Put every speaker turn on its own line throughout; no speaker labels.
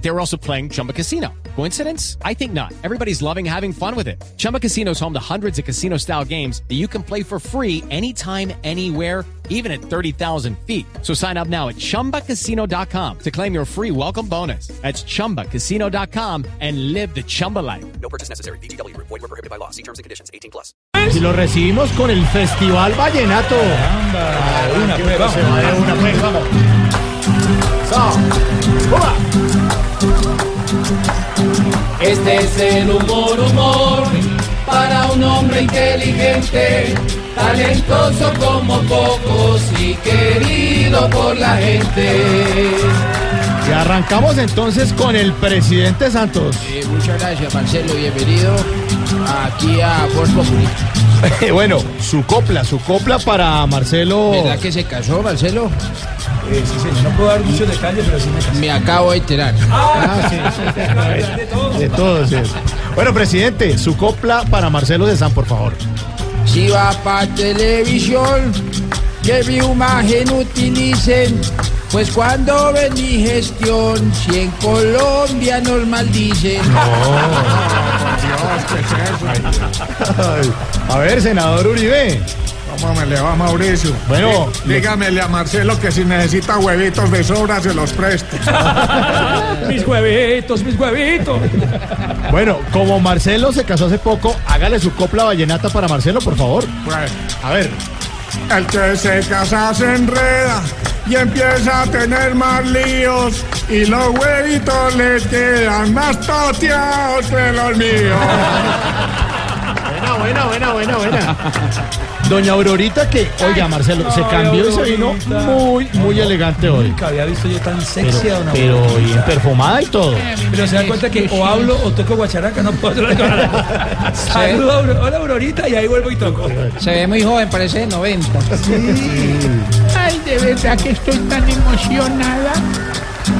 They were also playing Chumba Casino. Coincidence? I think not. Everybody's loving having fun with it. Chumba Casino is home to hundreds of casino style games that you can play for free anytime, anywhere even at 30,000 feet. So sign up now at ChumbaCasino.com to claim your free welcome bonus. That's ChumbaCasino.com and live the Chumba life.
No purchase necessary. BGW. Void were prohibited by law. See terms and conditions. 18 plus.
Y lo recibimos con el Festival Vallenato.
Una, pues, vamos.
Se va de una, pues, vamos. So, ¡Uva!
Este es el humor, humor, para un hombre inteligente, talentoso como pocos y querido por la gente.
Y arrancamos entonces con el presidente Santos.
Eh, muchas gracias, Marcelo, bienvenido aquí a Voz Populi.
Eh, bueno, su copla, su copla para Marcelo.
¿Verdad que se casó, Marcelo?
Eh, sí, señor. No puedo dar muchos detalles, pero sí me casé.
Me acabo de enterar.
De todo.
De todos, sí. Bueno, presidente, su copla para Marcelo de San, por favor.
Si va para televisión, que mi imagen utilicen, pues cuando ven mi gestión, si en Colombia nos maldicen.
Ay, A ver, senador Uribe.
¿Cómo me le va, Mauricio?
Bueno,
Dí- dígamele a Marcelo que si necesita huevitos de sobra se los preste.
Mis huevitos, mis huevitos.
Bueno, como Marcelo se casó hace poco, hágale su copla vallenata para Marcelo, por favor.
Pues,
A ver.
el que se casa se enreda y empieza a tener más líos y los huevitos le quedan más toteados que los míos.
Buena, buena, buena, buena, buena. Doña Aurorita que, oiga, Marcelo, se cambió y se vino
Aurorita.
muy, muy elegante hoy.
Nunca había visto yo tan
Pero,
sexy a una
pero
mujer.
bien perfumada y todo.
Pero se da cuenta que o hablo o toco guacharaca, no puedo hablar con Aurora. Saludo a Aurora- hola Aurorita y ahí vuelvo y toco.
Se ve muy joven, parece de 90.
Ay, de verdad que estoy tan emocionada.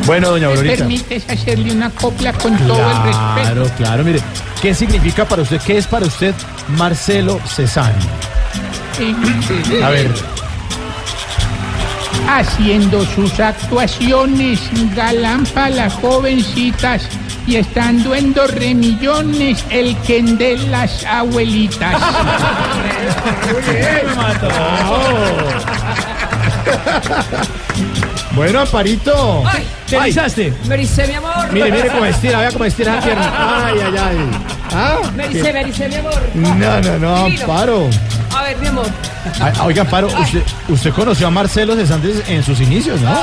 Bueno, doña
¿Me
Aurorita.
permites hacerle una copla con todo el respeto?
Claro, claro, mire. ¿Qué significa para usted? ¿Qué es para usted Marcelo Cesani? A ver.
Haciendo sus actuaciones, galán para las jovencitas. Y estando en dos remillones, el que de las abuelitas.
Bueno, Aparito.
¿Te alisaste?
Me ericé, mi amor.
Mire, mire cómo estira, vea cómo estira la pierna. Ay, ay, ay. ¿Ah?
Me ericé, me ericé, mi amor.
No, no, no,
Divino.
Amparo.
A ver, mi amor.
Ay, Ah, Oiga, Amparo, usted, usted conoció a Marcelo de Santos en sus inicios, ¿no?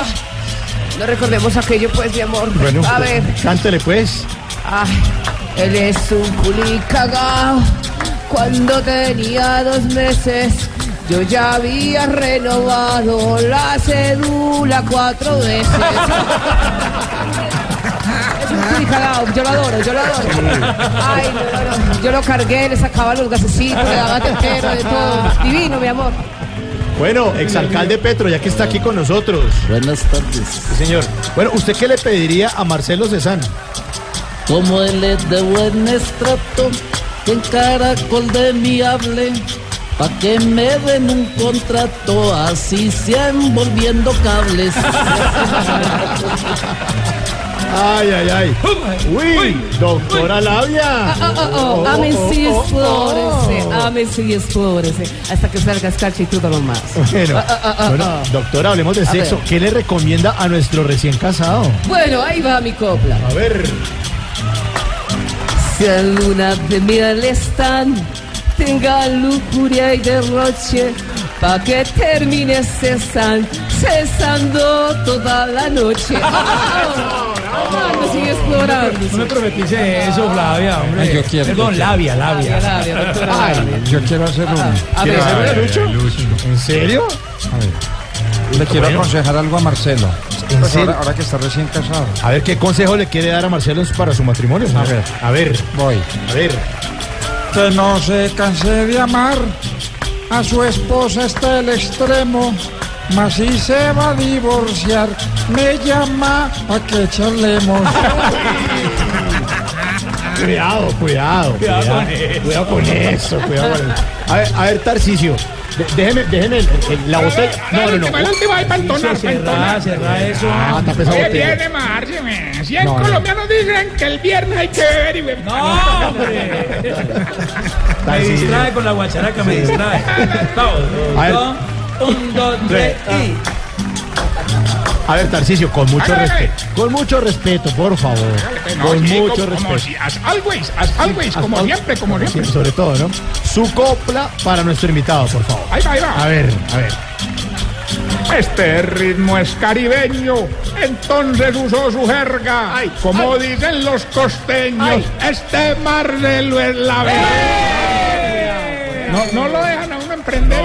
No recordemos aquello, pues, mi amor.
Bueno,
a ver.
cántele pues.
Ay, él es un culi cagao. Cuando tenía dos meses, yo ya había renovado la cédula cuatro veces. Es un culi cagao, Yo lo adoro, yo lo adoro. Ay, no, no, no. Yo lo cargué, le sacaba los gasecitos, le daba tetero, de todo. Divino, mi amor.
Bueno, exalcalde Petro, ya que está aquí con nosotros.
Buenas tardes.
Sí, señor. Bueno, ¿usted qué le pediría a Marcelo Cezán?
Como él es de buen estrato, que en caracol de mí hable, pa' que me den un contrato, así sean envolviendo cables.
Ah,
Ay, ay, ay. Uy, doctora Labia.
Ah, ah, ah, ah, Amén, sí,
Oh, oh,
explórese.
oh.
Amén, sí, explórese. Hasta que salgas escarcha y tú no más. Ah,
Bueno, bueno, doctora, hablemos de sexo.
ver.
¿Qué le recomienda a nuestro recién casado?
Bueno, ahí va mi copla.
A ver.
Si en luna de miel están, tenga lujuria y derroche, pa' que termine cesan, cesando toda la noche. Amando, sigue explorando.
No me profetice eso, Flavia, hombre.
Ay, yo quiero,
Perdón, labia, labia.
Labia, labia, doctora.
Yo quiero hacer un...
A ver,
¿Quiere hacer Lucho? ¿En serio?
Le quiero aconsejar algo a Marcelo. Pues
¿En serio?
ahora que está recién casado.
A ver, ¿qué consejo le quiere dar a Marcelo para su matrimonio? señor?
A ver.
a ver,
Voy.
a ver.
Que no se canse de amar a su esposa hasta el extremo. Mas si se va a divorciar, me llama a que charlemos.
Cuidado, cuidado.
Cuidado
Cuidado,
con eso.
cuidado con eso, cuidado con eso. A ver, a ver Tarcicio. Déjeme, déjeme el- el- la botella. No, no, no.
Adelante, va, para entonar, para
Cerrá,
entonar.
cerrá eso.
Ah, tapa esa
Oye,
botella.
viene Marce, Si en
No, no.
colombianos dicen que el viernes hay que beber y beber.
No, hombre. Me
Tarcisio.
distrae con la guacharaca, me distrae.
A ver.
Vamos. dos, Un, dos, tres y.
A ver, Tarcicio, con mucho
Hágale.
respeto. Con mucho respeto, por favor.
No,
Con
chico,
mucho
como
respeto.
si- as always, as always,
Hasta-
como siempre, como siempre.
Sí, sobre todo, ¿no? Su copla para nuestro invitado, por favor.
Ahí va, ahí va.
A ver, a ver.
Este ritmo es caribeño, entonces usó su jerga. como dicen los costeños, este marcelo es la verdad. No, no lo dejan a uno emprender.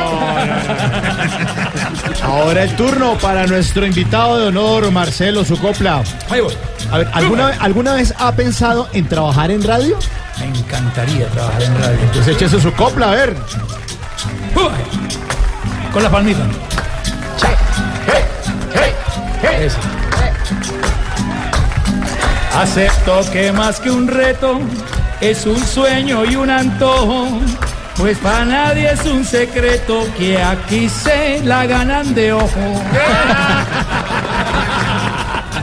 Ahora el turno para nuestro invitado de honor, Marcelo, su copla.
Ahí voy.
A ver, ¿alguna, ¿alguna vez ha pensado en trabajar en radio?
Me encantaría trabajar en radio.
Pues échese su copla, a ver.
¡Uy! Con la palmita. Eso. Acepto que más que un reto es un sueño y un antojo. Pues para nadie es un secreto que aquí se la ganan de ojo.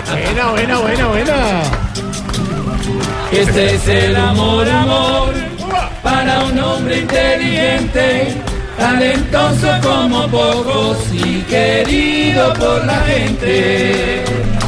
Buena, buena, buena, buena.
Este es el amor, amor, para un hombre inteligente, talentoso como pocos y querido por la gente.